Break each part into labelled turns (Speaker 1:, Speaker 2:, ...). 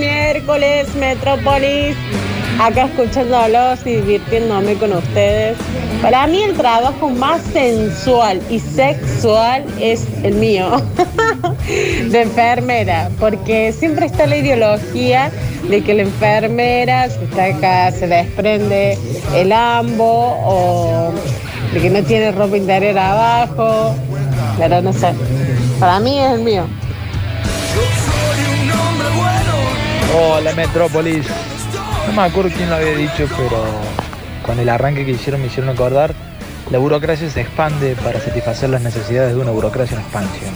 Speaker 1: miércoles, Metrópolis. Acá escuchándolos y divirtiéndome con ustedes. Para mí el trabajo más sensual y sexual es el mío, de enfermera, porque siempre está la ideología de que la enfermera se saca, se desprende el ambo o de que no tiene ropa interior abajo, pero no sé, para mí es el mío.
Speaker 2: Hola Metrópolis. Oh, No me acuerdo quién lo había dicho, pero con el arranque que hicieron me hicieron acordar. La burocracia se expande para satisfacer las necesidades de una burocracia en expansión.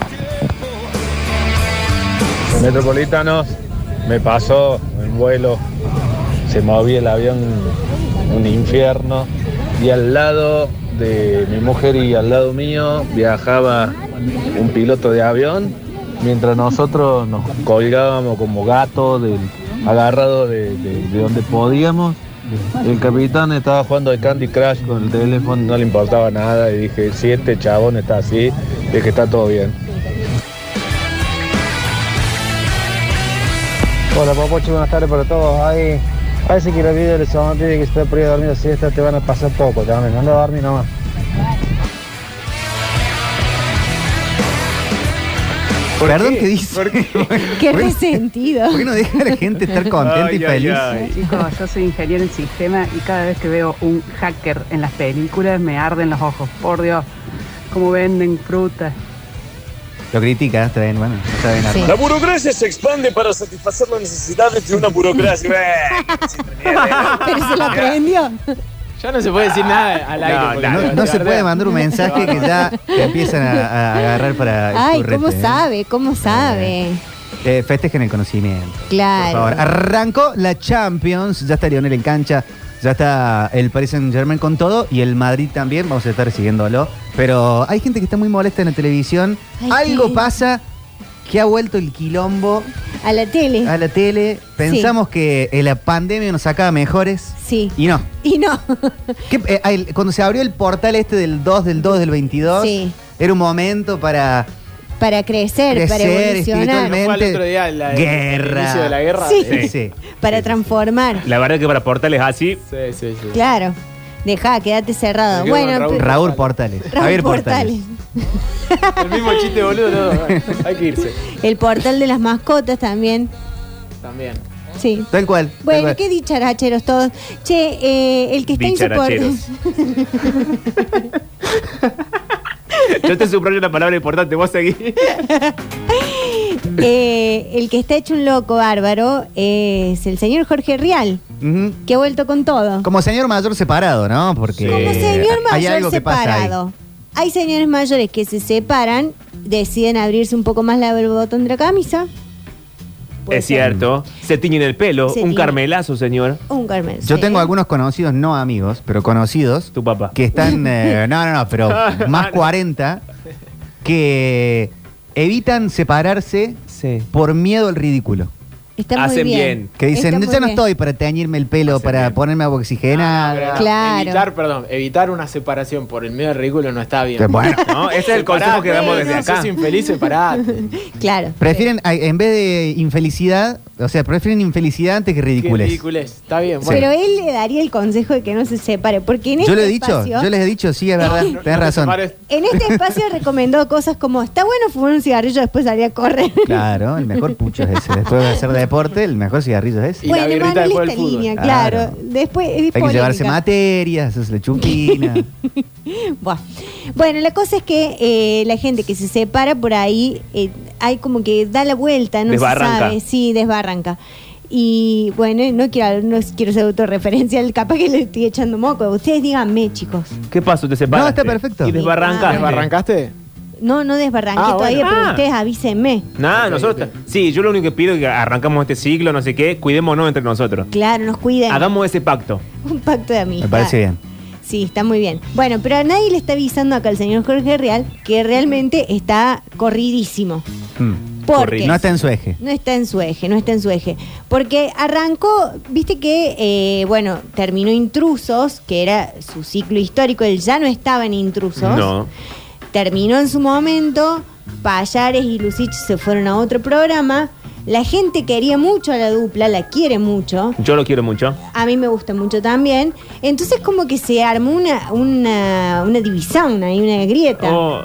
Speaker 3: Metropolitanos, me pasó en vuelo, se movía el avión un infierno y al lado de mi mujer y al lado mío viajaba un piloto de avión mientras nosotros nos colgábamos como gatos del, agarrado de, de- de donde podíamos. El capitán estaba jugando al Candy Crush con el teléfono, no le importaba nada y dije, si este chabón está así, es que está todo bien.
Speaker 4: Hola Papocho, buenas tardes para todos. Ay, parece que los videos del zombie que se está por ahí dormido siesta te van a pasar poco, te van a mandar a dormir nomás.
Speaker 5: Perdón, ¿qué dice?
Speaker 6: ¿Por qué?
Speaker 7: Qué
Speaker 5: Bueno.
Speaker 7: resentido.
Speaker 5: ¿Por qué no deja a la gente estar contenta y
Speaker 6: Ay, ay,
Speaker 5: feliz?
Speaker 6: ay.
Speaker 8: Chicos, yo soy ingeniero en sistema y cada vez que veo un hacker en las películas me arden los ojos. Por Dios, cómo venden fruta.
Speaker 5: Lo critica, ¿eh? está bien, bueno, está bien.
Speaker 7: Sí.
Speaker 5: Armando.
Speaker 9: La burocracia se expande para satisfacer las necesidades de una burocracia.
Speaker 7: Pero se lo aprendió.
Speaker 10: Ya no se puede decir nada al aire.
Speaker 6: No,
Speaker 10: porque
Speaker 6: no,
Speaker 5: No,
Speaker 10: me
Speaker 5: no se
Speaker 10: tardé.
Speaker 5: puede mandar un mensaje que ya te empiezan a, a agarrar para el
Speaker 7: Ay,
Speaker 5: turrete,
Speaker 7: ¿cómo
Speaker 5: ¿eh?
Speaker 7: sabe? ¿Cómo sabe?
Speaker 5: Eh, festejen el conocimiento. Por favor. ah,
Speaker 7: Claro.
Speaker 5: Arrancó la Champions, ya está Lionel en cancha, ya está el Paris Saint Germain con todo y el Madrid también, vamos a estar siguiéndolo. Pero hay gente que está muy molesta en la televisión,
Speaker 7: Ay,
Speaker 5: algo
Speaker 7: sí.
Speaker 5: pasa que ha vuelto el quilombo
Speaker 7: A la tele.
Speaker 5: a la tele. Pensamos que eh, la pandemia nos sacaba mejores
Speaker 7: Sí.
Speaker 5: y no.
Speaker 7: Y no.
Speaker 5: ¿Qué- eh, el- cuando se abrió el portal este del 2, del 2, del 22,
Speaker 7: Sí.
Speaker 5: era un momento para
Speaker 7: Para crecer, para
Speaker 5: Crecer,
Speaker 7: evolucionar,
Speaker 5: espiritualmente.
Speaker 10: Fue al otro día la,
Speaker 5: Guerra.
Speaker 10: el inicio de la guerra.
Speaker 7: Sí.
Speaker 5: Sí, sí.
Speaker 7: para transformar.
Speaker 6: La verdad que para portales así,
Speaker 10: Sí, sí, sí.
Speaker 7: Claro. Dejá, quédate cerrado.
Speaker 10: Me quedo
Speaker 7: Bueno,
Speaker 10: con
Speaker 7: pe-
Speaker 5: Raúl Portales.
Speaker 7: Raúl
Speaker 5: Javier
Speaker 7: Portales.
Speaker 10: El mismo chiste, boludo. no, bueno, hay que irse.
Speaker 7: El portal de las mascotas también.
Speaker 10: También.
Speaker 7: Sí.
Speaker 5: Tal cual. tal
Speaker 7: Bueno,
Speaker 5: cual.
Speaker 7: qué dicharacheros todos. Che, eh, el que está insoportable.
Speaker 6: Dicharacheros. yo te subrayo una palabra importante, vos seguís.
Speaker 7: Eh, el que está hecho un loco bárbaro es el señor Jorge Rial,
Speaker 5: Ujú.
Speaker 7: que ha vuelto con todo.
Speaker 5: Como señor mayor separado, ¿no? Porque
Speaker 7: Como señor
Speaker 5: Eh, hay algo
Speaker 7: mayor
Speaker 5: que pasa ahí.
Speaker 7: separado. Hay señores mayores que se separan, deciden abrirse un poco más la, el botón de la camisa. Puede
Speaker 6: Es
Speaker 7: ser.
Speaker 6: cierto. Se tiñen el pelo.
Speaker 7: Se
Speaker 6: un
Speaker 7: tiñen.
Speaker 6: carmelazo, señor.
Speaker 7: Un Carmen.
Speaker 5: Yo
Speaker 7: sí.
Speaker 5: tengo algunos conocidos, no amigos, pero conocidos,
Speaker 6: Tu papá.
Speaker 5: que están, eh, no, no, no, pero más 40, que evitan separarse
Speaker 6: Sí.
Speaker 5: por miedo al ridículo.
Speaker 7: Está muy
Speaker 6: Hacen
Speaker 7: bien.
Speaker 6: bien.
Speaker 5: Que dicen,
Speaker 7: Está
Speaker 5: yo
Speaker 7: muy
Speaker 5: no
Speaker 7: bien.
Speaker 5: estoy para teñirme el pelo,
Speaker 6: Hacen
Speaker 5: para
Speaker 6: bien.
Speaker 5: ponerme agua oxigenada.
Speaker 7: Ah, Claro.
Speaker 10: Evitar, perdón, evitar una separación por el miedo del ridículo no está bien.
Speaker 5: Bueno,
Speaker 6: ¿No? Ese es el
Speaker 10: Separate,
Speaker 6: consejo que damos desde
Speaker 10: no
Speaker 6: acá.
Speaker 10: seas infeliz, separate.
Speaker 7: Claro.
Speaker 5: prefieren, a- en vez de infelicidad, o sea, prefieren infelicidad antes que
Speaker 10: Qué
Speaker 5: ridiculez.
Speaker 10: ridiculez. Está bien, bueno.
Speaker 7: Pero él le daría el consejo de que no se separe, porque en
Speaker 5: Yo
Speaker 7: este
Speaker 5: lo he dicho,
Speaker 7: espacio,
Speaker 5: yo les he dicho, sí, es verdad,
Speaker 10: No,
Speaker 5: tenés
Speaker 10: no te
Speaker 5: razón.
Speaker 10: separes.
Speaker 7: en este espacio recomendó cosas como está bueno fumar un cigarrillo después salir a correr.
Speaker 5: Claro, el mejor pucho es ese. Después de hacer deporte, el mejor cigarrillo es
Speaker 10: Y
Speaker 5: ese.
Speaker 10: la
Speaker 7: bueno,
Speaker 10: birrita
Speaker 7: Manuel
Speaker 10: después
Speaker 7: esta
Speaker 10: del fútbol.
Speaker 7: línea,
Speaker 5: Claro.
Speaker 7: claro. Después es
Speaker 5: Hay que
Speaker 7: polémica.
Speaker 5: llevarse materias, hacerse lechuquina.
Speaker 7: Buah. Bueno, la cosa es que eh, la gente que se separa por ahí, eh, hay como que da la vuelta, no se
Speaker 6: Desbarranca.
Speaker 7: sabe, sí, desbarranca. Y bueno, no quiero, no quiero ser autorreferencial, capaz que le estoy echando moco. Ustedes díganme, chicos.
Speaker 6: ¿Qué pasó? ¿Te separaste?
Speaker 5: No, está perfecto.
Speaker 6: ¿Y desbarrancaste?
Speaker 7: Ah.
Speaker 10: ¿Desbarrancaste?
Speaker 7: No, no desbarranqué
Speaker 10: Ah, bueno.
Speaker 7: todavía, pero
Speaker 6: Ah.
Speaker 7: ustedes avísenme.
Speaker 6: Nada, nosotros. Sí, yo lo único que pido es que arrancamos este ciclo, no sé qué, cuidémonos entre nosotros.
Speaker 7: Claro, nos cuiden.
Speaker 6: Hagamos ese pacto.
Speaker 7: Un pacto de amistad.
Speaker 5: Me parece bien.
Speaker 7: Sí, está muy bien. Bueno, pero a nadie le está avisando acá al señor Jorge Real que realmente está corridísimo.
Speaker 5: Mm.
Speaker 7: Porque
Speaker 5: No está en su eje.
Speaker 7: No está en su eje, no está en su eje. Porque arrancó, viste que, eh, bueno, terminó Intrusos, que era su ciclo histórico, él ya no estaba en Intrusos.
Speaker 6: No.
Speaker 7: Terminó en su momento, Payares y Lucich se fueron a otro programa. La gente quería mucho a la dupla, la quiere mucho.
Speaker 6: Yo lo quiero mucho.
Speaker 7: A mí me gusta mucho también. Entonces como que se armó una, una, una división, hay una grieta.
Speaker 6: Oh,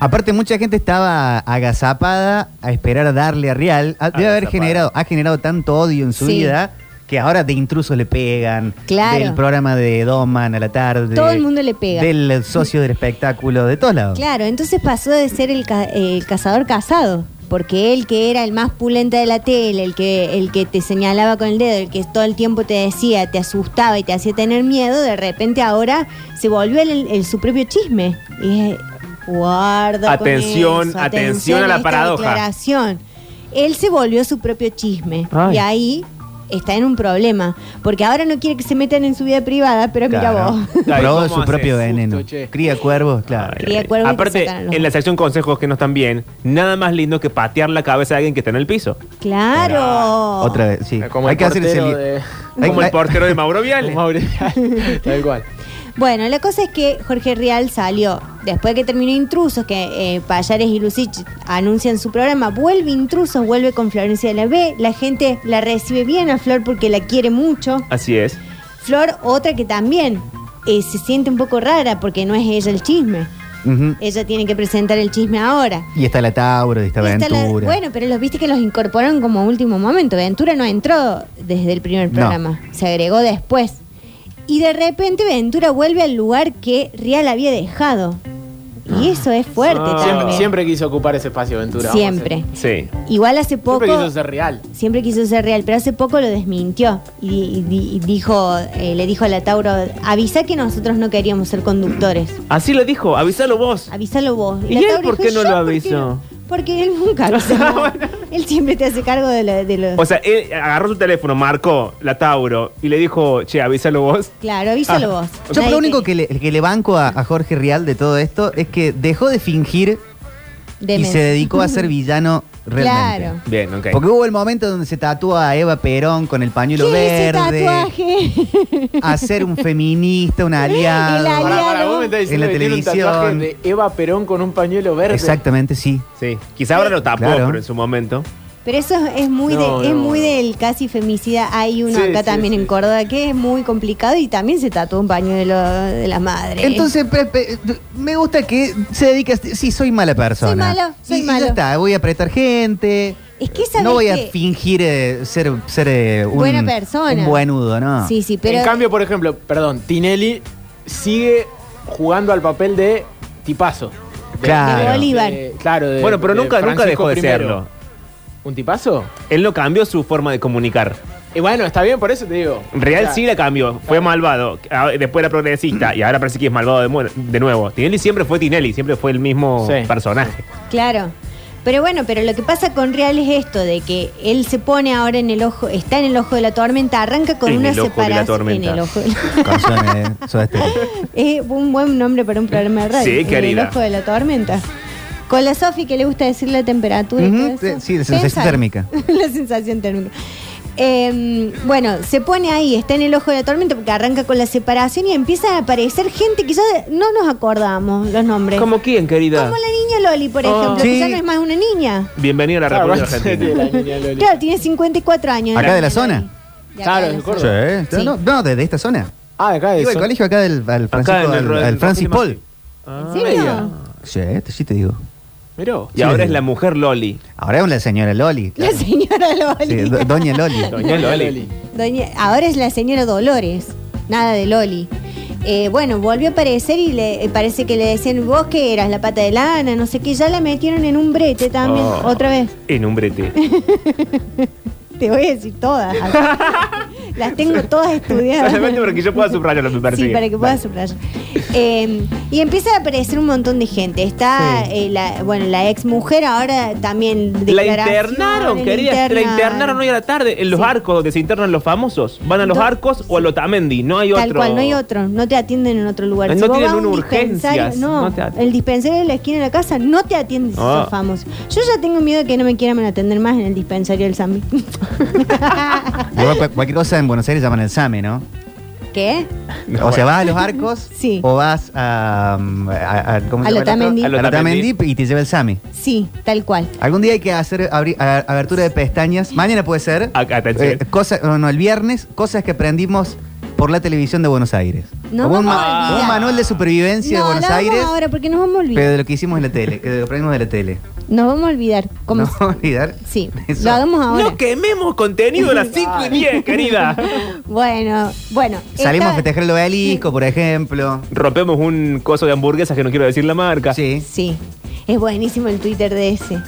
Speaker 5: Aparte, mucha gente estaba agazapada a esperar a darle a Real. Ha- Debe haber
Speaker 6: Agazapada.
Speaker 5: generado, ha generado tanto odio en su
Speaker 7: Sí.
Speaker 5: vida que ahora de intrusos le pegan.
Speaker 7: Claro.
Speaker 5: Del programa de Doman a la tarde.
Speaker 7: Todo el mundo le pega.
Speaker 5: Del socio del espectáculo, de todos
Speaker 6: Ah.
Speaker 5: lados.
Speaker 7: Claro, entonces pasó de ser el, ca- el cazador casado, porque él que era el más pulenta de la tele, el que, el que te señalaba con el dedo, el que todo el tiempo te decía, te asustaba y te hacía tener miedo, de repente ahora se volvió el, el- su propio chisme. Y es, guarda. con
Speaker 6: Atención,
Speaker 7: eso,
Speaker 6: atención a la
Speaker 7: esta
Speaker 6: paradoja.
Speaker 7: declaración. Él se volvió su propio chisme
Speaker 6: Ay.
Speaker 7: y ahí está en un problema, porque ahora no quiere que se metan en su vida privada, pero mira
Speaker 5: Claro.
Speaker 7: Eh, vos.
Speaker 6: Ay,
Speaker 5: Probó
Speaker 6: ¿cómo
Speaker 5: su
Speaker 6: haces?
Speaker 5: propio
Speaker 6: Justo,
Speaker 5: veneno.
Speaker 10: che.
Speaker 5: Cría cuervos, claro.
Speaker 7: Cría cuervos y te
Speaker 6: Aparte,
Speaker 7: sacan los
Speaker 6: en la sección consejos que no están bien, nada más lindo que patear la cabeza de alguien que está en el piso.
Speaker 7: Claro.
Speaker 5: Otra vez, sí.
Speaker 10: Como
Speaker 5: Hay
Speaker 10: el
Speaker 5: que hacer ese
Speaker 10: portero
Speaker 5: li-
Speaker 10: de-
Speaker 5: Hay-
Speaker 6: Como el
Speaker 5: hay-
Speaker 6: portero de Mauro Viale.
Speaker 10: Como Aureliano, Tal cual.
Speaker 7: Bueno, la cosa es que Jorge Real salió. Después que terminó Intrusos, que eh, Payares y Lucich anuncian su programa, vuelve Intrusos, vuelve con Florencia de la B. La gente la recibe bien a Flor porque la quiere mucho.
Speaker 6: Así es.
Speaker 7: Flor, otra que también eh, se siente un poco rara porque no es ella el chisme.
Speaker 5: Ujú.
Speaker 7: Ella tiene que presentar el chisme ahora.
Speaker 5: Y está la Tauro, y está
Speaker 7: Y está la-
Speaker 5: Ventura.
Speaker 7: bueno, pero los viste que los incorporaron como a último momento. Ventura no entró desde el primer
Speaker 5: No.
Speaker 7: programa, se agregó después. Y de repente Ventura vuelve al lugar que Real había dejado. Y eso es fuerte
Speaker 6: Ah.
Speaker 7: también.
Speaker 10: Siempre, siempre quiso ocupar ese espacio, Ventura. vamos a decir.
Speaker 7: Siempre.
Speaker 6: Sí.
Speaker 7: Igual hace poco.
Speaker 10: Siempre quiso ser real.
Speaker 7: Siempre quiso ser real, pero hace poco lo desmintió y, y- y dijo, eh, le dijo a la Tauro, avisa que nosotros no queríamos ser conductores.
Speaker 6: Así lo dijo, avísalo vos.
Speaker 7: Avísalo vos.
Speaker 6: ¿Y
Speaker 7: la
Speaker 6: él
Speaker 7: Tauro
Speaker 6: por
Speaker 7: dijo,
Speaker 6: qué no
Speaker 7: "Yo,
Speaker 6: lo
Speaker 7: ¿por qué
Speaker 6: avisó?
Speaker 7: no?". Porque él nunca avisa.
Speaker 6: Ah,
Speaker 7: nada.
Speaker 6: bueno.
Speaker 7: Él siempre te hace cargo de, lo- de los...
Speaker 6: O sea, él agarró su teléfono, marcó la Tauro y le dijo, che, avísalo vos.
Speaker 7: Claro, avísalo vos.
Speaker 5: Yo
Speaker 7: Nadie
Speaker 5: lo único
Speaker 7: te-
Speaker 5: que le, que le banco a, a Jorge Rial de todo esto es que dejó de fingir y
Speaker 7: Demencia.
Speaker 5: se dedicó a ser villano realmente.
Speaker 7: Claro.
Speaker 6: Bien, ok.
Speaker 5: Porque hubo el momento donde se tatúa a Eva Perón con el pañuelo
Speaker 7: ¿Qué es ese
Speaker 5: verde,
Speaker 7: tatuaje?
Speaker 5: a ser un feminista, un
Speaker 7: El
Speaker 5: aliado.
Speaker 7: aliado.
Speaker 10: Para, para, vos me estás
Speaker 5: En la
Speaker 10: diciendo que tiene un tatuaje
Speaker 5: televisión.
Speaker 10: de Eva Perón con un pañuelo verde.
Speaker 5: Exactamente, sí.
Speaker 6: Sí. Quizá ahora lo tapó,
Speaker 5: Claro.
Speaker 6: pero en su momento.
Speaker 7: Pero eso es- es muy,
Speaker 10: No,
Speaker 7: de, es
Speaker 10: no,
Speaker 7: muy
Speaker 10: no.
Speaker 7: del casi femicida. Hay uno
Speaker 10: Sí,
Speaker 7: acá
Speaker 10: sí,
Speaker 7: también
Speaker 10: sí.
Speaker 7: en Córdoba que es muy complicado y también se tatuó un pañuelo de la madre.
Speaker 5: Entonces, pe- pe- me gusta que se dedique a... este- Sí, soy mala persona.
Speaker 7: Soy malo, soy
Speaker 5: Y- y
Speaker 7: malo.
Speaker 5: ya está, voy a apretar gente.
Speaker 7: es que sabes
Speaker 5: No voy a
Speaker 7: que-
Speaker 5: fingir eh, ser, ser eh, un,
Speaker 7: Buena persona.
Speaker 5: un buenudo, ¿no?
Speaker 7: Sí, sí, pero
Speaker 10: En cambio, por ejemplo, perdón, Tinelli sigue jugando al papel de tipazo. De-
Speaker 5: Claro.
Speaker 7: De Bolívar.
Speaker 10: claro, de-
Speaker 6: bueno, pero
Speaker 10: de
Speaker 6: nunca, nunca dejó
Speaker 10: Francisco
Speaker 6: de
Speaker 10: I.
Speaker 6: serlo.
Speaker 10: ¿Un tipazo?
Speaker 6: Él no cambió su forma de comunicar.
Speaker 10: Y bueno, está bien, por eso te digo.
Speaker 6: Real
Speaker 10: O sea,
Speaker 6: sí la cambió. Fue malvado. Ah, Después era progresista y ahora parece que es malvado de, mu- de nuevo. Tinelli siempre fue Tinelli, siempre fue el mismo
Speaker 10: Sí.
Speaker 6: personaje.
Speaker 7: Claro. Pero bueno, pero lo que pasa con Real es esto, de que él se pone ahora en el ojo, está en el ojo de la tormenta, arranca con
Speaker 6: En
Speaker 7: una
Speaker 6: el ojo de la
Speaker 7: separación.
Speaker 6: tormenta.
Speaker 7: En el ojo de la
Speaker 5: Canciones, eh, Soda Stereo.
Speaker 7: Es un buen nombre para un programa de radio.
Speaker 6: Sí,
Speaker 7: El
Speaker 6: querida.
Speaker 7: ojo de la tormenta. Con la Sofi que le gusta decir la temperatura. y
Speaker 5: Ujú,
Speaker 7: todo eso.
Speaker 5: sí, la sensación
Speaker 7: Pensalo.
Speaker 5: térmica.
Speaker 7: la sensación térmica. Eh, bueno, se pone ahí, está en el ojo de la tormenta porque arranca con la separación y empieza a aparecer gente que ya no nos acordamos los nombres.
Speaker 6: ¿Como quién, querida?
Speaker 7: Como la niña Loli,
Speaker 6: Ah.
Speaker 7: por ejemplo,
Speaker 5: Sí.
Speaker 7: que ya no es más una niña.
Speaker 6: Bienvenido a
Speaker 5: Ah,
Speaker 6: la
Speaker 10: claro,
Speaker 6: República
Speaker 10: de
Speaker 6: Argentina.
Speaker 10: la niña Loli.
Speaker 7: Claro, tiene 54 años.
Speaker 5: ¿Acá de la
Speaker 7: niña
Speaker 5: zona?
Speaker 7: Loli. De acá
Speaker 10: Claro,
Speaker 7: de la
Speaker 10: de
Speaker 7: zona.
Speaker 5: Sí,
Speaker 10: Córdoba.
Speaker 5: está-
Speaker 7: Sí.
Speaker 5: No, no, desde esta zona.
Speaker 10: Ah, de acá de
Speaker 5: Iba al
Speaker 10: eso.
Speaker 5: colegio acá del al Francisco,
Speaker 6: Acá en el
Speaker 5: al-
Speaker 6: Ro-
Speaker 5: al
Speaker 6: del
Speaker 5: Francis
Speaker 6: Martín
Speaker 5: Paul.
Speaker 6: Ah.
Speaker 7: ¿En serio?
Speaker 5: Sí, esto sí te digo.
Speaker 10: Miró.
Speaker 6: Y ahora
Speaker 5: Sí.
Speaker 6: es la mujer Loli.
Speaker 5: Ahora es la señora Loli.
Speaker 7: La
Speaker 5: claro.
Speaker 7: señora Loli.
Speaker 5: Sí, do- Doña Loli.
Speaker 6: Doña Loli.
Speaker 7: Doña- ahora es la señora Dolores, nada de Loli. Eh, bueno, volvió a aparecer y le eh, parece que le decían, vos que eras la pata de lana, no sé qué, ya la metieron en un brete también,
Speaker 6: Oh.
Speaker 7: otra vez.
Speaker 6: En un brete.
Speaker 7: Te voy a decir todas. Las tengo todas estudiadas.
Speaker 6: Solamente para que yo pueda subrayarlo, me parece.
Speaker 7: Sí, para que puedas subrayar. Eh, y empieza a aparecer un montón de gente. Está, eh, la, bueno, la ex mujer ahora también
Speaker 6: La
Speaker 7: declaraciones,
Speaker 6: internaron, querida. La internaron hoy a la tarde en los
Speaker 7: Sí.
Speaker 6: arcos donde se internan los famosos. Van a los
Speaker 7: Do-
Speaker 6: arcos o al Otamendi. No hay
Speaker 7: Tal
Speaker 6: otro.
Speaker 7: cual, no hay otro. No te atienden en otro lugar.
Speaker 6: No
Speaker 7: vos
Speaker 6: tienen
Speaker 7: vas a
Speaker 6: una
Speaker 7: dispensario-
Speaker 6: urgencias,
Speaker 7: No,
Speaker 6: no te atienden.
Speaker 7: el dispensario de la esquina de la casa no te atiende si
Speaker 6: Ah.
Speaker 7: sos famoso. Yo ya tengo miedo de que no me quieran atender más en el dispensario del Sami.
Speaker 5: Igual cual- Cualquier cosa en Buenos Aires llaman el SAME, ¿no?
Speaker 7: ¿Qué?
Speaker 5: o sea, vas a los arcos
Speaker 7: Sí.
Speaker 5: o vas a. um, a- a- ¿Cómo se
Speaker 7: Al
Speaker 5: llama el otro?
Speaker 7: Otamendi.
Speaker 5: Al Otamendi y te lleva el Sami.
Speaker 7: Sí, tal cual.
Speaker 5: Algún día hay que hacer abri- a- abertura de pestañas. Mañana puede ser.
Speaker 6: Acá, atención.
Speaker 5: Eh, cosa- no, no, el viernes, cosas que aprendimos por la televisión de Buenos Aires.
Speaker 7: No
Speaker 5: Como un,
Speaker 7: vamos
Speaker 5: ma-
Speaker 7: a
Speaker 5: como un
Speaker 7: olvidar.
Speaker 5: manual de supervivencia
Speaker 7: no,
Speaker 5: de Buenos
Speaker 7: la vamos
Speaker 5: Aires,
Speaker 7: ahora porque nos vamos a
Speaker 5: pero
Speaker 7: olvidar.
Speaker 5: de lo que hicimos en la tele, que de lo que aprendimos de la tele.
Speaker 7: Nos vamos a olvidar. Como
Speaker 5: No vamos a olvidar.
Speaker 7: Sí,
Speaker 5: Eso.
Speaker 7: lo hagamos ahora.
Speaker 6: No quememos contenido a las 5 y 10, querida.
Speaker 7: Bueno, bueno.
Speaker 5: Salimos a
Speaker 7: esta-
Speaker 5: festejar el obelisco, por ejemplo.
Speaker 6: Rompemos un coso de hamburguesas que no quiero decir la marca.
Speaker 5: Sí.
Speaker 7: Sí, es buenísimo el Twitter de ese.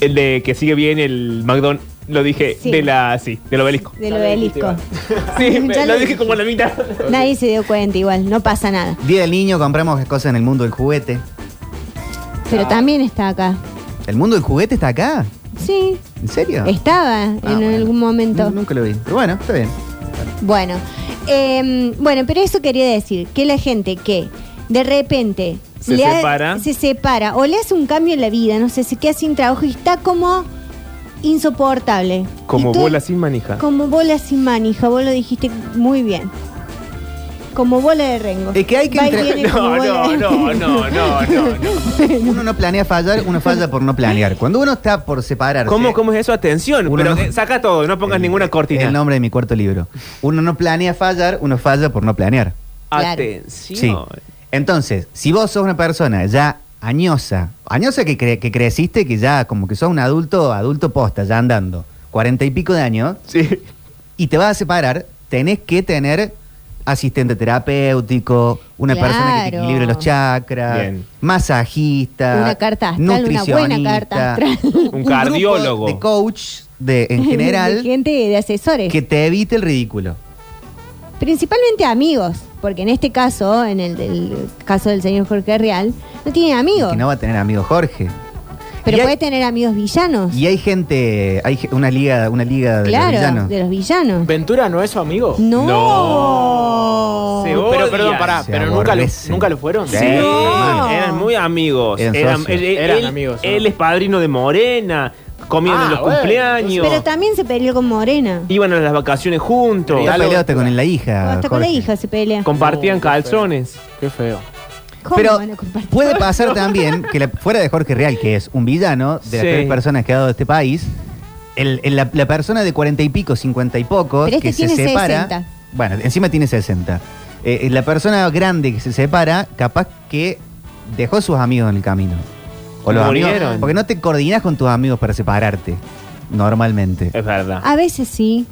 Speaker 6: El de que sigue bien el McDonald's. Lo dije
Speaker 7: Sí.
Speaker 6: de la. Sí, del obelisco.
Speaker 7: Del obelisco.
Speaker 6: Sí,
Speaker 7: Ya
Speaker 6: me-
Speaker 7: lo
Speaker 6: lo dije
Speaker 7: dije.
Speaker 6: como a la mitad.
Speaker 7: Nadie se dio cuenta igual, no pasa nada.
Speaker 5: Día del niño, compramos cosas en el mundo del juguete.
Speaker 7: Pero también está acá.
Speaker 5: ¿El mundo del juguete está acá?
Speaker 7: Sí,
Speaker 5: ¿En serio?
Speaker 7: estaba en
Speaker 5: Ah, bueno.
Speaker 7: algún momento.
Speaker 5: Nunca lo vi. Pero bueno, está bien.
Speaker 7: Bueno, eh, bueno, pero eso quería decir, que la gente que de repente
Speaker 6: Se
Speaker 7: le ha-
Speaker 6: separa.
Speaker 7: se separa o le hace un cambio en la vida, no sé, se queda sin trabajo y está como insoportable.
Speaker 6: Como
Speaker 7: Y tú-
Speaker 6: bola sin manija.
Speaker 7: Como bola sin manija, vos lo dijiste muy bien. Como bola de rengo.
Speaker 5: Es que hay que
Speaker 7: Va y
Speaker 5: entre-
Speaker 7: viene como
Speaker 6: No,
Speaker 7: bola
Speaker 6: no,
Speaker 7: de-
Speaker 6: no, no, no, no, no.
Speaker 5: Uno no planea fallar, uno falla por no planear. Cuando uno está por separarse.
Speaker 6: ¿Cómo, ¿Cómo es eso? Atención,
Speaker 5: Uno
Speaker 6: pero
Speaker 5: no-
Speaker 6: eh, saca todo, no pongas ninguna cortina.
Speaker 5: El nombre de mi cuarto libro. Uno no planea fallar, uno falla por no planear.
Speaker 7: Claro.
Speaker 6: Atención.
Speaker 5: Sí. Entonces, si vos sos una persona ya añosa, añosa que, cre- que creciste, que ya como que sos un adulto, adulto posta, ya andando, cuarenta y pico de años,
Speaker 6: Sí.
Speaker 5: y te vas a separar, tenés que tener asistente terapéutico, una
Speaker 7: Claro.
Speaker 5: persona que te equilibre los chakras,
Speaker 6: Bien.
Speaker 5: masajista,
Speaker 7: Una carta astral, una buena
Speaker 5: nutricionista,
Speaker 7: carta astral.
Speaker 5: un grupo
Speaker 6: cardiólogo.
Speaker 5: de coach de, en
Speaker 7: De
Speaker 5: general
Speaker 7: gente de asesores.
Speaker 5: que te evite el ridículo.
Speaker 7: Principalmente amigos, porque en este caso, en el del caso del señor Jorge Real, no tiene amigos.
Speaker 5: Que no va a tener amigo Jorge.
Speaker 7: pero
Speaker 5: y hay-
Speaker 7: puede tener amigos villanos.
Speaker 5: Y hay gente, hay ge- una liga, una liga de
Speaker 7: claro,
Speaker 5: los villanos.
Speaker 7: de los villanos.
Speaker 10: ¿Ventura no es su amigo?
Speaker 7: No.
Speaker 6: No.
Speaker 7: Oh,
Speaker 6: Se
Speaker 10: pero
Speaker 6: odian.
Speaker 10: perdón, pará,
Speaker 5: Se
Speaker 10: pero nunca lo,
Speaker 5: aborrecen.
Speaker 10: nunca lo fueron.
Speaker 6: Sí,
Speaker 5: hermano.
Speaker 6: eran muy amigos.
Speaker 5: Eran
Speaker 6: Eran,
Speaker 5: socios.
Speaker 6: él, él-
Speaker 10: Eran
Speaker 6: él-
Speaker 10: amigos, ¿no?
Speaker 6: él es padrino de Morena, comían
Speaker 10: Ah,
Speaker 6: en los
Speaker 10: bueno,
Speaker 6: cumpleaños,
Speaker 7: Pero también se peleó con Morena.
Speaker 6: iban a las vacaciones juntos,
Speaker 5: Está
Speaker 10: Diálogo-
Speaker 5: peleado hasta con la hija.
Speaker 7: Hasta con la
Speaker 5: Jorge.
Speaker 7: hija se pelea.
Speaker 6: compartían
Speaker 10: No, qué
Speaker 6: calzones.
Speaker 10: Qué feo.
Speaker 7: ¿Cómo
Speaker 5: Pero
Speaker 7: van a compartir?
Speaker 5: puede pasar también que la- fuera de Jorge Real, que es un villano de las
Speaker 6: Sí.
Speaker 5: tres personas que ha dado este país, el- el- la, la persona de cuarenta y pico, cincuenta y pocos,
Speaker 7: Pero este
Speaker 5: que se
Speaker 7: tiene
Speaker 5: separa.
Speaker 7: 60.
Speaker 5: Bueno, encima tiene 60. Eh, eh, la persona grande que se separa, capaz que dejó sus amigos en el camino. O los amigos-
Speaker 6: Murieron.
Speaker 5: porque no te coordinas con tus amigos para separarte, normalmente.
Speaker 6: Es verdad.
Speaker 7: A veces sí.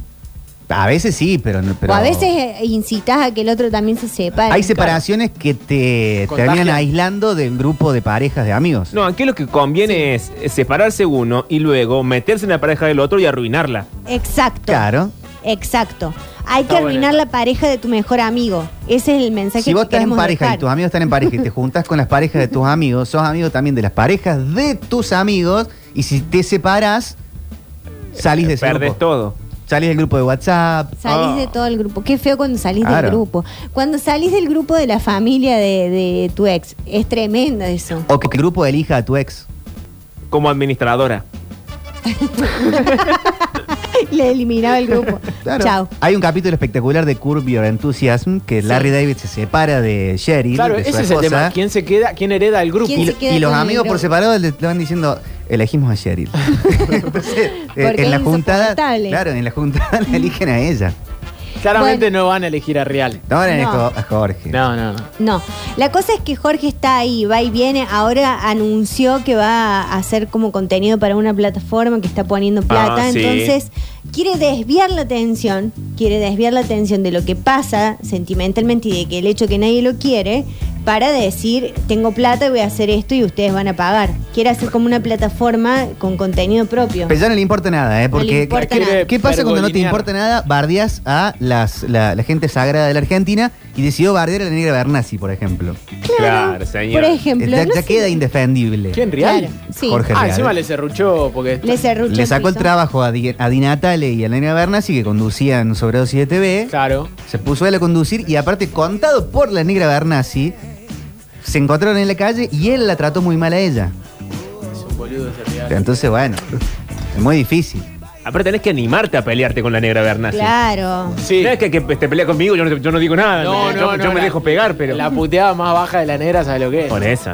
Speaker 5: A veces sí, pero... no- pero
Speaker 7: o a veces eh, incitas a que el otro también se separe.
Speaker 5: Hay separaciones que te
Speaker 10: Contagian.
Speaker 5: terminan aislando del grupo de parejas de amigos.
Speaker 6: No, aquí lo que conviene es eh, separarse uno y luego meterse en la pareja del otro y arruinarla.
Speaker 7: Exacto.
Speaker 5: Claro.
Speaker 7: Exacto. Hay
Speaker 10: Está
Speaker 7: que
Speaker 10: bueno.
Speaker 7: arruinar la pareja de tu mejor amigo. Ese es el mensaje
Speaker 5: Si
Speaker 7: que
Speaker 5: vos estás en
Speaker 7: queremos
Speaker 5: pareja
Speaker 7: dejar.
Speaker 5: y tus amigos están en pareja y te juntás con las parejas de tus amigos, sos amigo también de las parejas de tus amigos y si te separás, salís de ese
Speaker 6: Perdés
Speaker 5: grupo.
Speaker 6: todo.
Speaker 5: Salís del grupo de WhatsApp.
Speaker 7: Salís
Speaker 6: Ah.
Speaker 7: de todo el grupo. Qué feo cuando salís
Speaker 5: Claro.
Speaker 7: del grupo. Cuando salís del grupo de la familia de, de tu ex. Es tremendo eso.
Speaker 5: O que el grupo elija a tu ex.
Speaker 6: Como administradora.
Speaker 7: Le eliminaba el grupo.
Speaker 5: Claro.
Speaker 7: Chao.
Speaker 5: Hay un capítulo espectacular de Curb Your Enthusiasm que Larry David se separa de Sherry.
Speaker 10: Claro,
Speaker 5: de su
Speaker 10: ese es el
Speaker 5: esposa,
Speaker 10: tema. ¿Quién se queda? ¿Quién hereda el grupo?
Speaker 7: ¿Quién
Speaker 5: Y,
Speaker 7: se
Speaker 5: lo-
Speaker 7: queda
Speaker 5: y los
Speaker 7: con el
Speaker 5: amigos por
Speaker 7: grupo?
Speaker 5: separado le le van diciendo, elegimos a Cheryl. Entonces, eh,
Speaker 7: Porque
Speaker 5: en la
Speaker 7: es
Speaker 5: juntada,
Speaker 7: insoportable.
Speaker 5: claro, en la juntada la eligen a ella.
Speaker 10: Claramente no van a elegir a Real.
Speaker 5: No, ahora elijo
Speaker 7: No.
Speaker 5: a Jorge.
Speaker 10: No, no, no.
Speaker 7: No, la cosa es que Jorge está ahí, va y viene. Ahora anunció que va a hacer como contenido para una plataforma que está poniendo plata.
Speaker 6: Ah, sí.
Speaker 7: Entonces, quiere desviar la atención, quiere desviar la atención de lo que pasa sentimentalmente y de que el hecho que nadie lo quiere, para decir, tengo plata y voy a hacer esto y ustedes van a pagar. Quiere hacer como una plataforma con contenido propio.
Speaker 5: Pero ya no le importa nada, ¿eh?
Speaker 7: No le
Speaker 5: Porque
Speaker 7: importa
Speaker 5: ¿qué-
Speaker 7: nada.
Speaker 5: ¿qué pasa cuando no te
Speaker 10: Pergolinear.
Speaker 5: importa nada? Bardeas a las, la, la gente sagrada de la Argentina y decidió bardear a la negra Bernasi, por ejemplo.
Speaker 6: Claro, señor.
Speaker 7: Por ejemplo,
Speaker 5: ya
Speaker 7: no
Speaker 5: ya
Speaker 7: sé-
Speaker 5: queda indefendible.
Speaker 10: ¿Quién Real?
Speaker 7: Claro, sí.
Speaker 5: Jorge
Speaker 10: Ah,
Speaker 5: Real.
Speaker 10: encima le serruchó porque
Speaker 7: Le cerruchó
Speaker 5: Le sacó el
Speaker 7: piso.
Speaker 5: trabajo a Di, a Di Natale y a la negra Bernasi que conducían Sobredosis de TV.
Speaker 10: claro.
Speaker 5: Se puso él a conducir y aparte contado por la negra Bernasi, se encontraron en la calle y él la trató muy mal a ella.
Speaker 10: Es un boludo ese Real.
Speaker 5: Entonces, bueno, es muy difícil.
Speaker 6: Aparte tenés que animarte a pelearte con la negra Bernasi.
Speaker 7: Claro.
Speaker 6: No es que, que te pelea conmigo, yo no, yo no digo nada.
Speaker 10: No,
Speaker 6: yo,
Speaker 10: no,
Speaker 6: yo
Speaker 10: no,
Speaker 6: me
Speaker 10: la-
Speaker 6: dejo pegar, pero.
Speaker 10: La puteada más baja de la negra, ¿sabes lo que es?
Speaker 6: Con esa.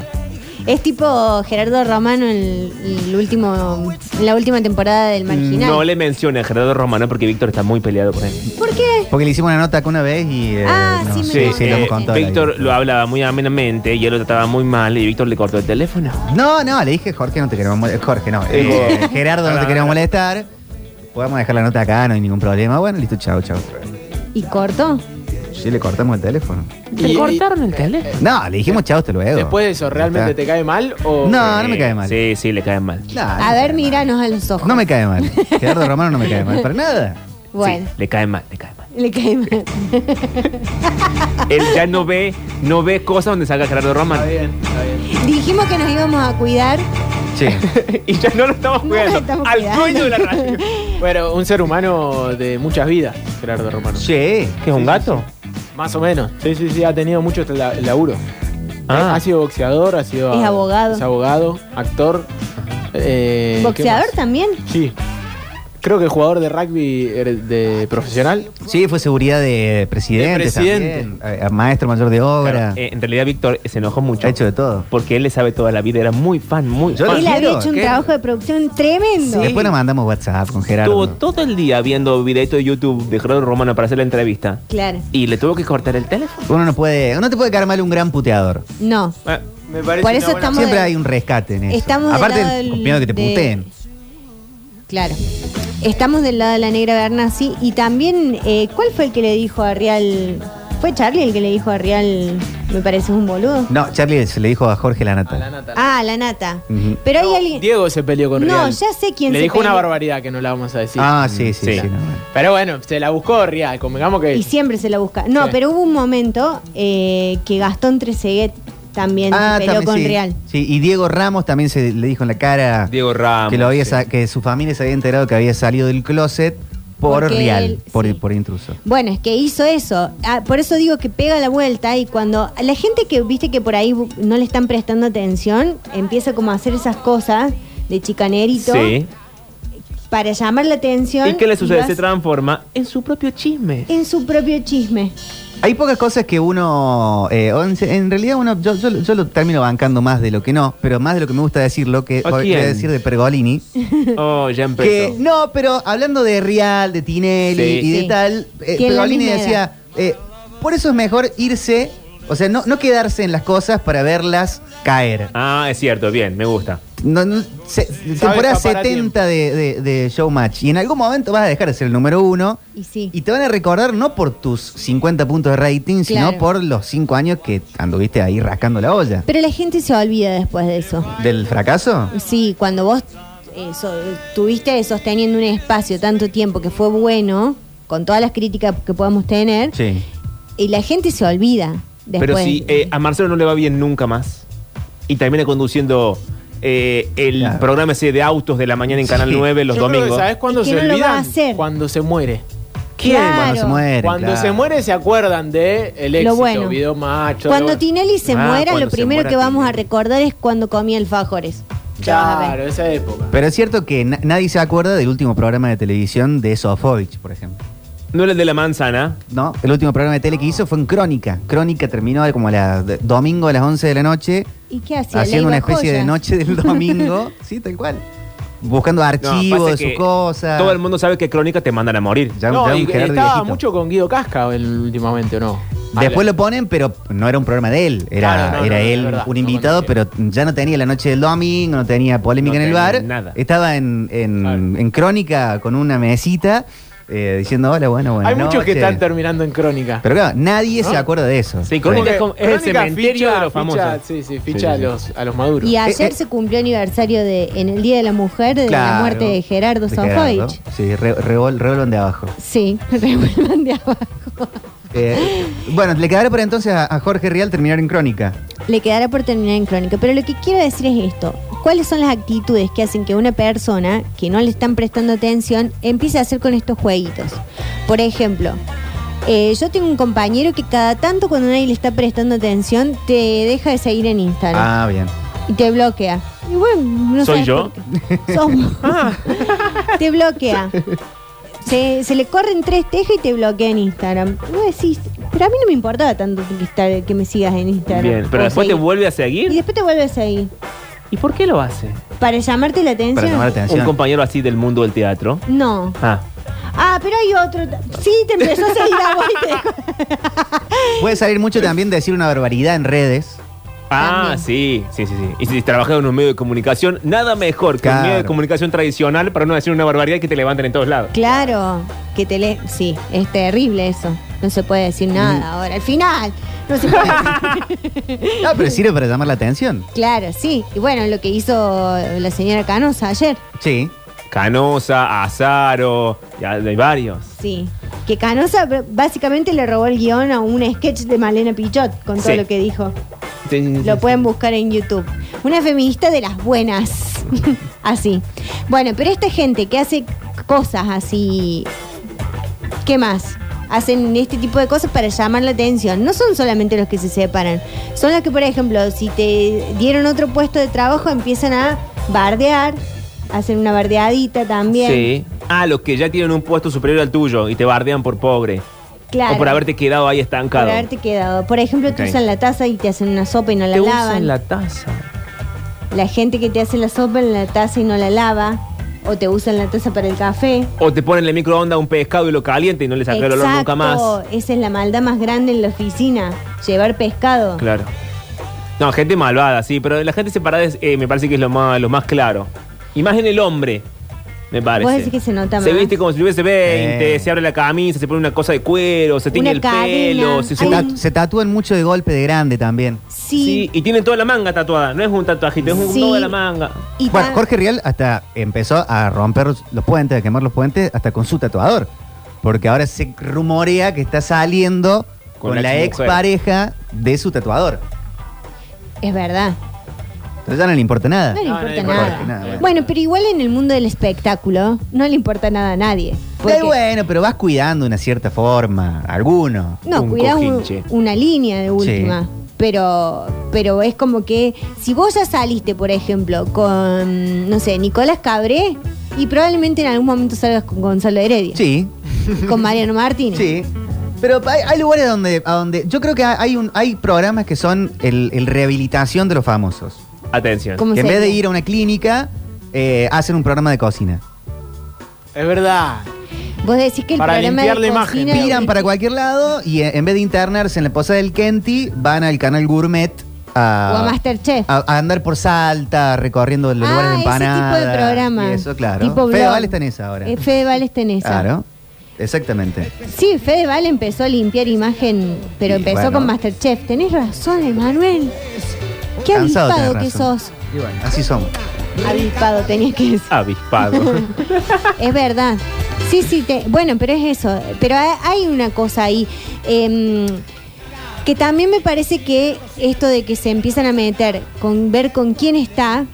Speaker 7: Es tipo Gerardo Romano en el último, en la última temporada del Marginal.
Speaker 6: No le menciones a Gerardo Romano porque Víctor está muy peleado con él.
Speaker 7: ¿Por qué?
Speaker 5: Porque le hicimos una nota acá una vez y. eh,
Speaker 7: Ah, sí, me
Speaker 5: sí,
Speaker 7: lo
Speaker 5: sí, lo
Speaker 6: eh,
Speaker 5: hemos contado.
Speaker 6: Víctor lo hablaba muy amenamente y él lo trataba muy mal y Víctor le cortó el teléfono.
Speaker 5: No, no, le dije Jorge, no te queremos molestar. Jorge, no. eh,
Speaker 6: Dijo-
Speaker 5: Gerardo, no te queremos molestar. Podemos dejar la nota acá, no hay ningún problema. Bueno, listo, chao, chao.
Speaker 7: ¿Y cortó?
Speaker 5: Sí, le cortamos el teléfono.
Speaker 10: Y- y-
Speaker 7: el teléfono?
Speaker 5: No, le dijimos chao, hasta luego.
Speaker 10: Eh, Después de eso, ¿realmente te cae mal o.?
Speaker 5: No, no me cae mal.
Speaker 6: Eh, Sí, sí, le cae mal.
Speaker 5: No,
Speaker 7: A ver, míranos a los ojos.
Speaker 5: no me cae mal. Gerardo Romano no me cae mal, para nada.
Speaker 7: Bueno,
Speaker 6: Le cae mal, le cae mal.
Speaker 7: le cae mal.
Speaker 6: Él ya no ve, no ve cosas donde salga Gerardo Romano.
Speaker 10: Está bien, está bien.
Speaker 7: Dijimos que nos íbamos a cuidar.
Speaker 5: Sí.
Speaker 6: y ya no lo estamos
Speaker 7: No nos
Speaker 6: cuidando.
Speaker 7: estamos
Speaker 6: al
Speaker 7: cuidando.
Speaker 6: dueño de la radio.
Speaker 10: Bueno, un ser humano de muchas vidas, Gerardo Romano.
Speaker 5: Sí.
Speaker 6: ¿Qué es un gato?
Speaker 10: Más o menos. Sí, sí, sí, ha tenido mucho este la- laburo.
Speaker 6: Ah.
Speaker 10: Ha sido boxeador, ha sido.
Speaker 7: Es abogado.
Speaker 10: Es abogado, actor. eh, ¿qué
Speaker 7: ¿Boxeador
Speaker 10: más?
Speaker 7: también?
Speaker 10: Sí. Creo que jugador de rugby eh, de profesional.
Speaker 5: Sí, fue seguridad de presidente.
Speaker 10: De presidente.
Speaker 5: también, eh, maestro mayor de obra.
Speaker 6: Claro, eh, en realidad Víctor se enojó mucho.
Speaker 5: ha hecho de todo.
Speaker 6: Porque él le sabe toda la vida, era muy fan, muy
Speaker 5: Yo
Speaker 6: fan.
Speaker 7: Él
Speaker 5: quiero,
Speaker 7: había hecho un
Speaker 5: ¿qué?
Speaker 7: trabajo de producción tremendo.
Speaker 5: Después nos mandamos WhatsApp con Gerardo.
Speaker 6: Estuvo todo el día viendo videitos de YouTube de Gerardo Romano para hacer la entrevista.
Speaker 7: Claro.
Speaker 6: Y le tuvo que cortar el teléfono.
Speaker 5: Uno no puede, uno te puede caer mal un gran puteador.
Speaker 7: No.
Speaker 6: Ah,
Speaker 10: Me parece
Speaker 7: Por eso estamos.
Speaker 5: Siempre
Speaker 7: de-
Speaker 5: hay un rescate en eso.
Speaker 7: Estamos del
Speaker 5: Aparte,
Speaker 7: lado del-
Speaker 5: confiando que te
Speaker 7: de-
Speaker 5: puteen.
Speaker 7: Claro. Estamos del lado de la negra Bernasi. Y también, eh, ¿cuál fue el que le dijo a Real? ¿Fue Charlie el que le dijo a Real, me pareces un boludo?
Speaker 5: No, Charlie se le dijo a Jorge la nata.
Speaker 7: Ah, la nata.
Speaker 5: Ujú.
Speaker 7: Pero hay alguien.
Speaker 10: Diego se peleó con
Speaker 7: No,
Speaker 10: Rial.
Speaker 7: ya sé quién
Speaker 10: Le
Speaker 7: se
Speaker 10: dijo una
Speaker 7: peleó.
Speaker 10: barbaridad que no la vamos a decir.
Speaker 5: Ah, sí, sí,
Speaker 6: Sí.
Speaker 5: sí. no, bueno.
Speaker 10: Pero bueno, se la buscó Rial, convengamos que.
Speaker 7: Y siempre se la busca. No,
Speaker 10: Sí.
Speaker 7: pero hubo un momento eh, que Gastón Treseguet también
Speaker 5: Ah,
Speaker 7: se peleó
Speaker 5: también
Speaker 7: con
Speaker 5: sí.
Speaker 7: Real.
Speaker 5: Sí, y Diego Ramos también se le dijo en la cara
Speaker 6: Diego Ramos.
Speaker 5: que, lo había
Speaker 6: sí.
Speaker 5: sa- que su familia se había enterado que había salido del closet por
Speaker 7: Porque
Speaker 5: Real,
Speaker 7: él-
Speaker 5: por,
Speaker 7: sí.
Speaker 5: por intruso.
Speaker 7: Bueno, es que hizo eso. Ah, por eso digo que pega la vuelta y cuando la gente que viste que por ahí bu- no le están prestando atención, empieza como a hacer esas cosas de chicanerito
Speaker 6: Sí.
Speaker 7: para llamar la atención.
Speaker 6: ¿Y qué le sucede?
Speaker 7: vas
Speaker 6: Se transforma en su propio chisme.
Speaker 7: en su propio chisme.
Speaker 5: Hay pocas cosas que uno. eh, o en, en realidad, uno, yo, yo- yo lo termino bancando más de lo que no, pero más de lo que me gusta decirlo, que voy-
Speaker 6: ¿A
Speaker 5: voy
Speaker 6: quién?
Speaker 5: a decir de Pergolini.
Speaker 6: Oh, ya empezó.
Speaker 5: Que, no, pero hablando de Real, de Tinelli
Speaker 6: Sí.
Speaker 5: y de
Speaker 7: Sí.
Speaker 5: tal, eh,
Speaker 7: Tiene la
Speaker 5: Pergolini
Speaker 7: misma edad.
Speaker 5: decía: eh, por eso es mejor irse, o sea, no, no quedarse en las cosas para verlas caer.
Speaker 6: Ah, es cierto, bien, me gusta.
Speaker 5: No, no, se- temporada
Speaker 10: escapar a
Speaker 5: 70 de, de- de Showmatch. Y en algún momento vas a dejar de ser el número uno.
Speaker 7: Y sí.
Speaker 5: Y te van a recordar no por tus 50 puntos de rating, sino
Speaker 7: Claro.
Speaker 5: por los 5 años que anduviste ahí rascando la olla.
Speaker 7: Pero la gente se olvida después de eso.
Speaker 5: ¿Del fracaso?
Speaker 7: Sí, cuando vos eh, so- estuviste sosteniendo un espacio tanto tiempo que fue bueno, con todas las críticas que podamos tener,
Speaker 5: Sí.
Speaker 7: y la gente se olvida después.
Speaker 6: Pero si
Speaker 5: ah,
Speaker 6: eh, a Marcelo no le va bien nunca más y termina conduciendo eh, el
Speaker 5: Claro.
Speaker 6: programa ese de autos de la mañana en Canal
Speaker 5: Sí.
Speaker 6: 9 los
Speaker 10: Yo creo que,
Speaker 6: domingos.
Speaker 10: ¿Sabes cuándo
Speaker 7: Es que
Speaker 10: se
Speaker 7: no lo va
Speaker 10: olvidan?
Speaker 7: a hacer.
Speaker 10: Cuando se muere.
Speaker 5: Cuando se muere.
Speaker 10: Cuando
Speaker 5: claro.
Speaker 10: se muere se acuerdan de el
Speaker 7: Lo
Speaker 10: éxito,
Speaker 7: bueno.
Speaker 10: video macho.
Speaker 7: Cuando
Speaker 10: lo bueno.
Speaker 7: Tinelli se
Speaker 6: Ah,
Speaker 7: muera,
Speaker 6: cuando
Speaker 7: lo
Speaker 6: se
Speaker 7: primero
Speaker 6: muera
Speaker 7: que vamos a
Speaker 6: Tinelli.
Speaker 7: recordar es cuando comía alfajores. Ya vas a ver.
Speaker 10: Claro, esa época.
Speaker 5: Pero es cierto que na- nadie se acuerda del último programa de televisión de Sofovich, por ejemplo.
Speaker 6: No era el de la manzana.
Speaker 5: ¿No? El último programa de tele que hizo fue en Crónica. Crónica terminó como la, de- domingo a las 11 de la noche,
Speaker 7: ¿Y qué hacía?
Speaker 5: haciendo una
Speaker 7: Le iba
Speaker 5: especie de
Speaker 7: joyas.
Speaker 5: noche del domingo. sí, tal cual. Buscando
Speaker 6: No,
Speaker 5: archivos
Speaker 6: pasa
Speaker 5: de
Speaker 6: que
Speaker 5: sus cosas.
Speaker 6: Todo el mundo sabe que Crónica te mandan a morir.
Speaker 5: Ya-
Speaker 10: no,
Speaker 5: ya un
Speaker 10: y-
Speaker 5: Gerardo
Speaker 10: estaba
Speaker 5: viejito.
Speaker 10: mucho con Guido Casca el- últimamente, ¿o no?
Speaker 5: Después lo ponen, pero no era un programa de él. Era,
Speaker 10: Claro, no,
Speaker 5: era
Speaker 10: no, no,
Speaker 5: él
Speaker 10: es verdad,
Speaker 5: un
Speaker 10: no
Speaker 5: invitado,
Speaker 10: conocía.
Speaker 5: pero ya no tenía la noche del domingo, no tenía polémica
Speaker 6: No
Speaker 5: en el
Speaker 6: tenía
Speaker 5: bar.
Speaker 6: nada.
Speaker 5: Estaba en, en-
Speaker 10: Claro.
Speaker 5: en crónica con una mesita eh, diciendo: Hola, bueno, bueno.
Speaker 10: Hay muchos que están terminando en crónica.
Speaker 5: Pero claro, nadie se acuerda de eso.
Speaker 6: Sí,
Speaker 10: Como
Speaker 6: Crónica
Speaker 10: que
Speaker 6: es como- es el
Speaker 10: Crónica
Speaker 6: cementerio de los
Speaker 10: ficha-
Speaker 6: famosos.
Speaker 10: sí, sí,
Speaker 5: Sí, sí,
Speaker 10: ficha a
Speaker 5: sí.
Speaker 10: los, a los maduros.
Speaker 7: Y
Speaker 5: Eh,
Speaker 7: ayer
Speaker 5: eh.
Speaker 7: se cumplió aniversario de, en el Día de la Mujer, de la
Speaker 5: Claro.
Speaker 7: muerte de Gerardo
Speaker 5: De Gerardo.
Speaker 7: Sofovich.
Speaker 5: Sí, re- revol- revolón de abajo.
Speaker 7: Sí, revuelvan de abajo.
Speaker 5: Eh, bueno, le quedará por entonces a, a Jorge Real terminar en crónica.
Speaker 7: Le quedará por terminar en crónica. Pero lo que quiero decir es esto. ¿Cuáles son las actitudes que hacen que una persona que no le están prestando atención empiece a hacer con estos jueguitos? Por ejemplo, eh, yo tengo un compañero que cada tanto cuando nadie le está prestando atención te deja de seguir en Instagram
Speaker 5: Ah, bien.
Speaker 7: y te bloquea. Y bueno, no
Speaker 6: ¿Soy
Speaker 7: sabes
Speaker 6: yo?
Speaker 7: por qué. Sos- Te bloquea. Se, se le corren tres tejas y te bloquea en Instagram. Y vos decís, pero a mí no me importaba tanto que, estar- que me sigas en Instagram.
Speaker 6: Bien, pero
Speaker 7: O
Speaker 6: después te
Speaker 7: seguir.
Speaker 6: vuelve a
Speaker 7: Y
Speaker 6: seguir.
Speaker 7: después te vuelves ahí.
Speaker 6: ¿Y por qué lo hace?
Speaker 7: ¿Para llamarte la atención?
Speaker 5: Para llamar la
Speaker 6: Un
Speaker 5: atención.
Speaker 6: compañero así del mundo del teatro.
Speaker 7: No.
Speaker 6: Ah,
Speaker 7: Ah, pero hay otro. ta- Sí, te empezó a seguir a vos y te dejó.
Speaker 5: Puede salir mucho también decir una barbaridad en redes.
Speaker 6: ah
Speaker 7: También.
Speaker 6: sí, sí, sí, sí. Y si trabajas en un medio de comunicación, nada mejor que un
Speaker 5: Claro.
Speaker 6: medio de comunicación tradicional para no decir una barbaridad que te levanten en todos lados.
Speaker 7: Claro, que te le. Sí, es terrible eso. No se puede decir nada ahora. Al final, no se puede decir.
Speaker 5: No, Ah, pero sirve para llamar la atención.
Speaker 7: Claro, sí. Y bueno, lo que hizo la señora Canosa ayer.
Speaker 5: Sí.
Speaker 6: Canosa, Azaro, ya hay varios.
Speaker 7: Sí. Que Canosa br- básicamente le robó el guión a un sketch de Malena Pichot con todo
Speaker 6: Sí.
Speaker 7: lo que dijo.
Speaker 6: Sí, sí, sí,
Speaker 7: Lo
Speaker 6: sí.
Speaker 7: pueden buscar en YouTube. Una feminista de las buenas. así. Bueno, pero esta gente que hace cosas así. ¿Qué más? Hacen este tipo de cosas para llamar la atención. No son solamente los que se separan. Son los que, por ejemplo, si te dieron otro puesto de trabajo, empiezan a bardear. Hacen una bardeadita también.
Speaker 6: Sí. Ah, los que ya tienen un puesto superior al tuyo y te bardean por pobre.
Speaker 7: Claro.
Speaker 6: O por haberte quedado ahí
Speaker 7: Por
Speaker 6: estancado.
Speaker 7: haberte quedado. Por ejemplo,
Speaker 6: Ok.
Speaker 7: te usan la taza y te hacen una sopa y no la
Speaker 6: te
Speaker 7: lavan.
Speaker 6: usan la taza.
Speaker 7: La gente que te hace la sopa en la taza y no la lava. O te usan la taza para el café.
Speaker 6: O te ponen en la microondas un pescado y lo caliente y no le saca el olor nunca más.
Speaker 7: Esa es la maldad más grande en la oficina. Llevar pescado.
Speaker 6: Claro. No, gente malvada, sí, pero la gente separada es, eh, me parece que es lo más, lo más claro. Y más en el hombre, me parece.
Speaker 7: ¿Vos decís que se nota
Speaker 6: Se
Speaker 7: más?
Speaker 6: viste como si tuviese 20,
Speaker 5: Eh.
Speaker 6: se abre la camisa, se pone una cosa de cuero, se tiñe
Speaker 7: Una
Speaker 6: el
Speaker 7: cadena.
Speaker 6: pelo, se
Speaker 7: Hay
Speaker 5: Se,
Speaker 6: sube-
Speaker 7: un-
Speaker 5: tat- se tatúan mucho de golpe de grande también.
Speaker 6: Sí,
Speaker 7: Sí.
Speaker 6: y tiene toda la manga tatuada, no es un tatuajito, es un
Speaker 7: Sí.
Speaker 6: todo de la manga.
Speaker 7: Y
Speaker 5: Bueno,
Speaker 7: tan-
Speaker 5: Jorge Rial hasta empezó a romper los puentes, a quemar los puentes, hasta con su tatuador. Porque ahora se rumorea que está saliendo
Speaker 6: Con
Speaker 5: con,
Speaker 6: la
Speaker 5: la ex
Speaker 6: exmujer.
Speaker 5: pareja de su tatuador.
Speaker 7: Es verdad.
Speaker 5: Entonces ya no le importa nada.
Speaker 7: No le
Speaker 6: No, no
Speaker 7: importa,
Speaker 6: le
Speaker 5: importa
Speaker 7: nada.
Speaker 5: nada, bueno.
Speaker 7: Bueno, pero igual en el mundo del espectáculo no le importa nada a nadie.
Speaker 5: Eh, bueno, pero vas cuidando de una cierta forma, alguno.
Speaker 7: No,
Speaker 6: Un
Speaker 7: cuidás un-
Speaker 6: cojinche.
Speaker 7: una línea de última.
Speaker 5: Sí.
Speaker 7: Pero, pero es como que si vos ya saliste, por ejemplo, con, no sé, Nicolás Cabré, y probablemente en algún momento salgas con Gonzalo Heredia,
Speaker 5: Sí,
Speaker 7: con Mariano Martínez.
Speaker 5: Sí. Pero hay, hay lugares donde, a donde. Yo creo que hay un, hay programas que son el, el rehabilitación de los famosos.
Speaker 6: Atención.
Speaker 7: ¿Cómo
Speaker 5: Que en
Speaker 7: sería?
Speaker 5: vez de ir a una clínica, eh, hacen un programa de cocina.
Speaker 10: Es verdad.
Speaker 7: Vos decís que el
Speaker 10: Para
Speaker 7: programa
Speaker 10: limpiar
Speaker 7: de
Speaker 10: la imagen.
Speaker 7: cocina-
Speaker 5: Tiran para cualquier lado y eh, en vez de internarse en la posada del Kenty, van al canal Gourmet
Speaker 7: o a
Speaker 5: a.
Speaker 7: Masterchef.
Speaker 5: a- a andar por Salta, recorriendo los
Speaker 7: Ah,
Speaker 5: lugares de
Speaker 7: ese tipo de
Speaker 5: empanadas.
Speaker 7: programa.
Speaker 5: y eso, claro.
Speaker 7: Tipo
Speaker 5: Fede
Speaker 7: blog.
Speaker 5: Val está en esa ahora.
Speaker 7: Eh, Fede Val está en esa.
Speaker 5: Claro. Exactamente.
Speaker 7: Sí, Fedeval empezó a limpiar imagen, pero
Speaker 5: Y
Speaker 7: empezó
Speaker 5: bueno.
Speaker 7: con Masterchef. Tenés razón, Emanuel. Qué
Speaker 5: Cansado tenés
Speaker 7: avispado que
Speaker 5: razón.
Speaker 7: sos.
Speaker 5: Y bueno, así somos.
Speaker 7: Avispado tenías que decir.
Speaker 6: Avispado.
Speaker 7: Es verdad. Sí, sí, te- bueno, pero es eso. Pero ha- hay una cosa ahí. em, que también me parece que esto de que se empiezan a meter con ver con quién está,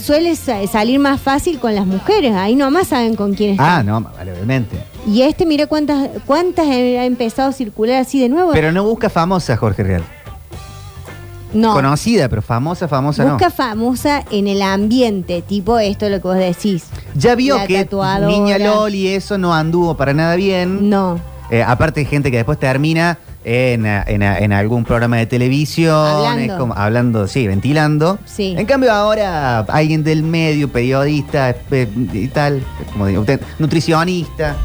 Speaker 7: suele sa- salir más fácil con las mujeres. Ahí nomás saben con quién está.
Speaker 5: Ah, no, vale, obviamente.
Speaker 7: Y este, mira cuántas, cuántas he- ha empezado a circular así de nuevo.
Speaker 5: Pero no busca famosa, Jorge Real.
Speaker 7: no.
Speaker 5: Conocida, pero famosa, famosa
Speaker 7: Busca
Speaker 5: no.
Speaker 7: famosa en el ambiente, tipo esto lo que vos decís.
Speaker 5: Ya vio
Speaker 7: la
Speaker 5: que
Speaker 7: tatuadora.
Speaker 5: Niña Loli eso no anduvo para nada bien.
Speaker 7: No.
Speaker 5: Eh, aparte hay gente que después termina en, en- en algún programa de televisión,
Speaker 7: Hablando.
Speaker 5: es como- hablando, sí, ventilando.
Speaker 7: Sí.
Speaker 5: En cambio ahora alguien del medio, periodista eh, y tal, como digo, usted, nutricionista,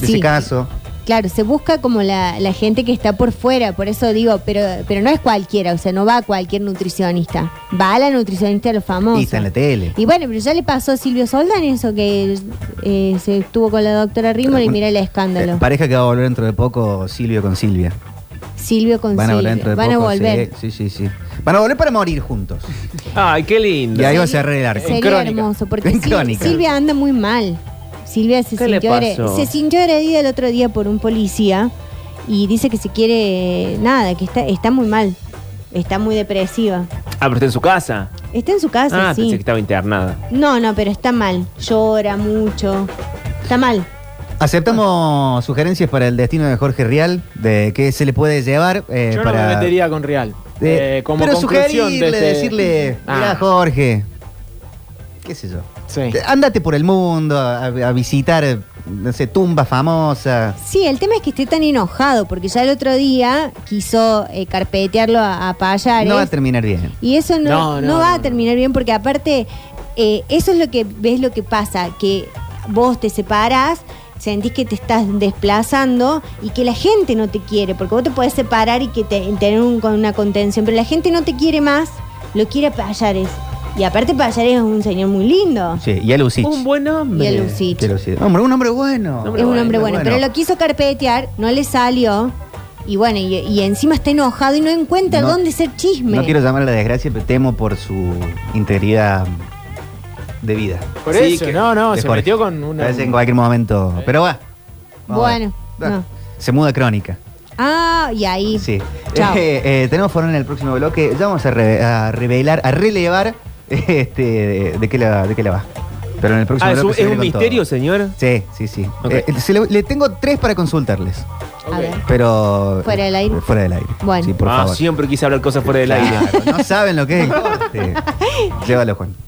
Speaker 5: de
Speaker 7: Sí.
Speaker 5: ese caso.
Speaker 7: Claro, se busca como la, la gente que está por fuera, por eso digo, pero, pero no es cualquiera, o sea, no va a cualquier nutricionista, va a la nutricionista de los famosos.
Speaker 5: Y está en la tele.
Speaker 7: Y bueno, pero ya le pasó a Silvio Soldán eso, que eh, se estuvo con la doctora Rímel y mira el escándalo.
Speaker 5: Eh, pareja que va a volver dentro de poco Silvio con Silvia.
Speaker 7: Silvio con
Speaker 5: Van a volver
Speaker 7: Silvio.
Speaker 5: dentro de
Speaker 7: Van
Speaker 5: poco.
Speaker 7: a volver.
Speaker 5: Sí, sí, sí. sí. Van a volver para morir juntos.
Speaker 6: Ay, qué lindo.
Speaker 5: Y ahí va a cerrar el arco.
Speaker 7: Sería
Speaker 10: crónica.
Speaker 7: hermoso, porque
Speaker 5: En
Speaker 7: Sil-
Speaker 5: crónica.
Speaker 7: Silvia anda muy mal. Silvia se
Speaker 6: ¿Qué le
Speaker 7: sintió, here-
Speaker 6: pasó?
Speaker 7: se sintió agredida el otro día por un policía y dice que se quiere nada, que está, está muy mal, está muy depresiva.
Speaker 6: Ah, pero está en su casa.
Speaker 7: Está en su casa,
Speaker 6: ah, pensé que
Speaker 7: sí.
Speaker 6: estaba internada.
Speaker 7: No, no, pero está mal. Llora mucho. Está mal.
Speaker 5: Aceptamos sugerencias para el destino de Jorge Rial, de qué se le puede llevar eh,
Speaker 10: Yo
Speaker 5: para.
Speaker 10: no me metería con Real.
Speaker 5: de-
Speaker 10: Eh, como
Speaker 5: pero
Speaker 10: conclusión este-
Speaker 5: sugerirle,
Speaker 10: de este-
Speaker 5: decirle,
Speaker 10: Ah.
Speaker 5: mira Jorge, qué sé yo.
Speaker 10: Sí.
Speaker 5: Te- Ándate por el mundo a, a visitar, eh, no sé, tumbas famosas.
Speaker 7: Sí, el tema es que esté tan enojado, porque ya el otro día quiso eh, carpetearlo a, a Payares.
Speaker 5: No va a terminar bien.
Speaker 7: Y eso no,
Speaker 10: No, no,
Speaker 7: no va a
Speaker 10: no.
Speaker 7: terminar bien porque aparte eh, eso es lo que ves lo que pasa, que vos te separás, sentís que te estás desplazando y que la gente no te quiere, porque vos te podés separar y que te, tener un- con una contención, pero la gente no te quiere más, lo quiere a Payares. Y aparte Payares es un señor muy lindo.
Speaker 5: Sí, y a Lucich.
Speaker 6: Un buen hombre.
Speaker 7: Y a Lucich.
Speaker 5: Que lo siga. Hombre, un hombre bueno.
Speaker 6: Hombre
Speaker 7: Es un hombre bueno, pero lo quiso carpetear, no le salió. Y bueno, y, y encima está enojado y no encuentra
Speaker 5: No-
Speaker 7: dónde ser chisme.
Speaker 5: No quiero llamar a la desgracia, pero temo por su integridad de vida.
Speaker 10: Por
Speaker 6: Sí,
Speaker 10: eso,
Speaker 6: que-
Speaker 10: no, no,
Speaker 5: de
Speaker 10: se
Speaker 5: Jorge.
Speaker 10: metió con una.
Speaker 5: Parece en cualquier momento.
Speaker 6: Eh.
Speaker 5: Pero va. Vamos a ver.
Speaker 7: Bueno, no.
Speaker 5: Se muda crónica.
Speaker 7: Ah, y ahí.
Speaker 5: Sí.
Speaker 7: Chao.
Speaker 5: Eh, eh, tenemos foro en el próximo bloque. Ya vamos a, re- a revelar, a relevar este, de, de qué la, de qué la va. Pero en el próximo
Speaker 6: Ah, es
Speaker 5: bloque.
Speaker 6: un,
Speaker 5: se
Speaker 6: es un
Speaker 5: viene con
Speaker 6: misterio,
Speaker 5: todo.
Speaker 6: señor.
Speaker 5: Sí, sí, sí.
Speaker 6: Ok.
Speaker 5: Eh, se le, le tengo tres para consultarles.
Speaker 7: A ver.
Speaker 5: Pero. eh,
Speaker 7: ¿Fuera del aire?
Speaker 5: Fuera del aire.
Speaker 7: Bueno.
Speaker 5: Sí, por
Speaker 6: ah,
Speaker 5: favor.
Speaker 6: siempre quise hablar cosas fuera del aire.
Speaker 5: Claro, no saben lo que es el corte. Llévalo, Juan.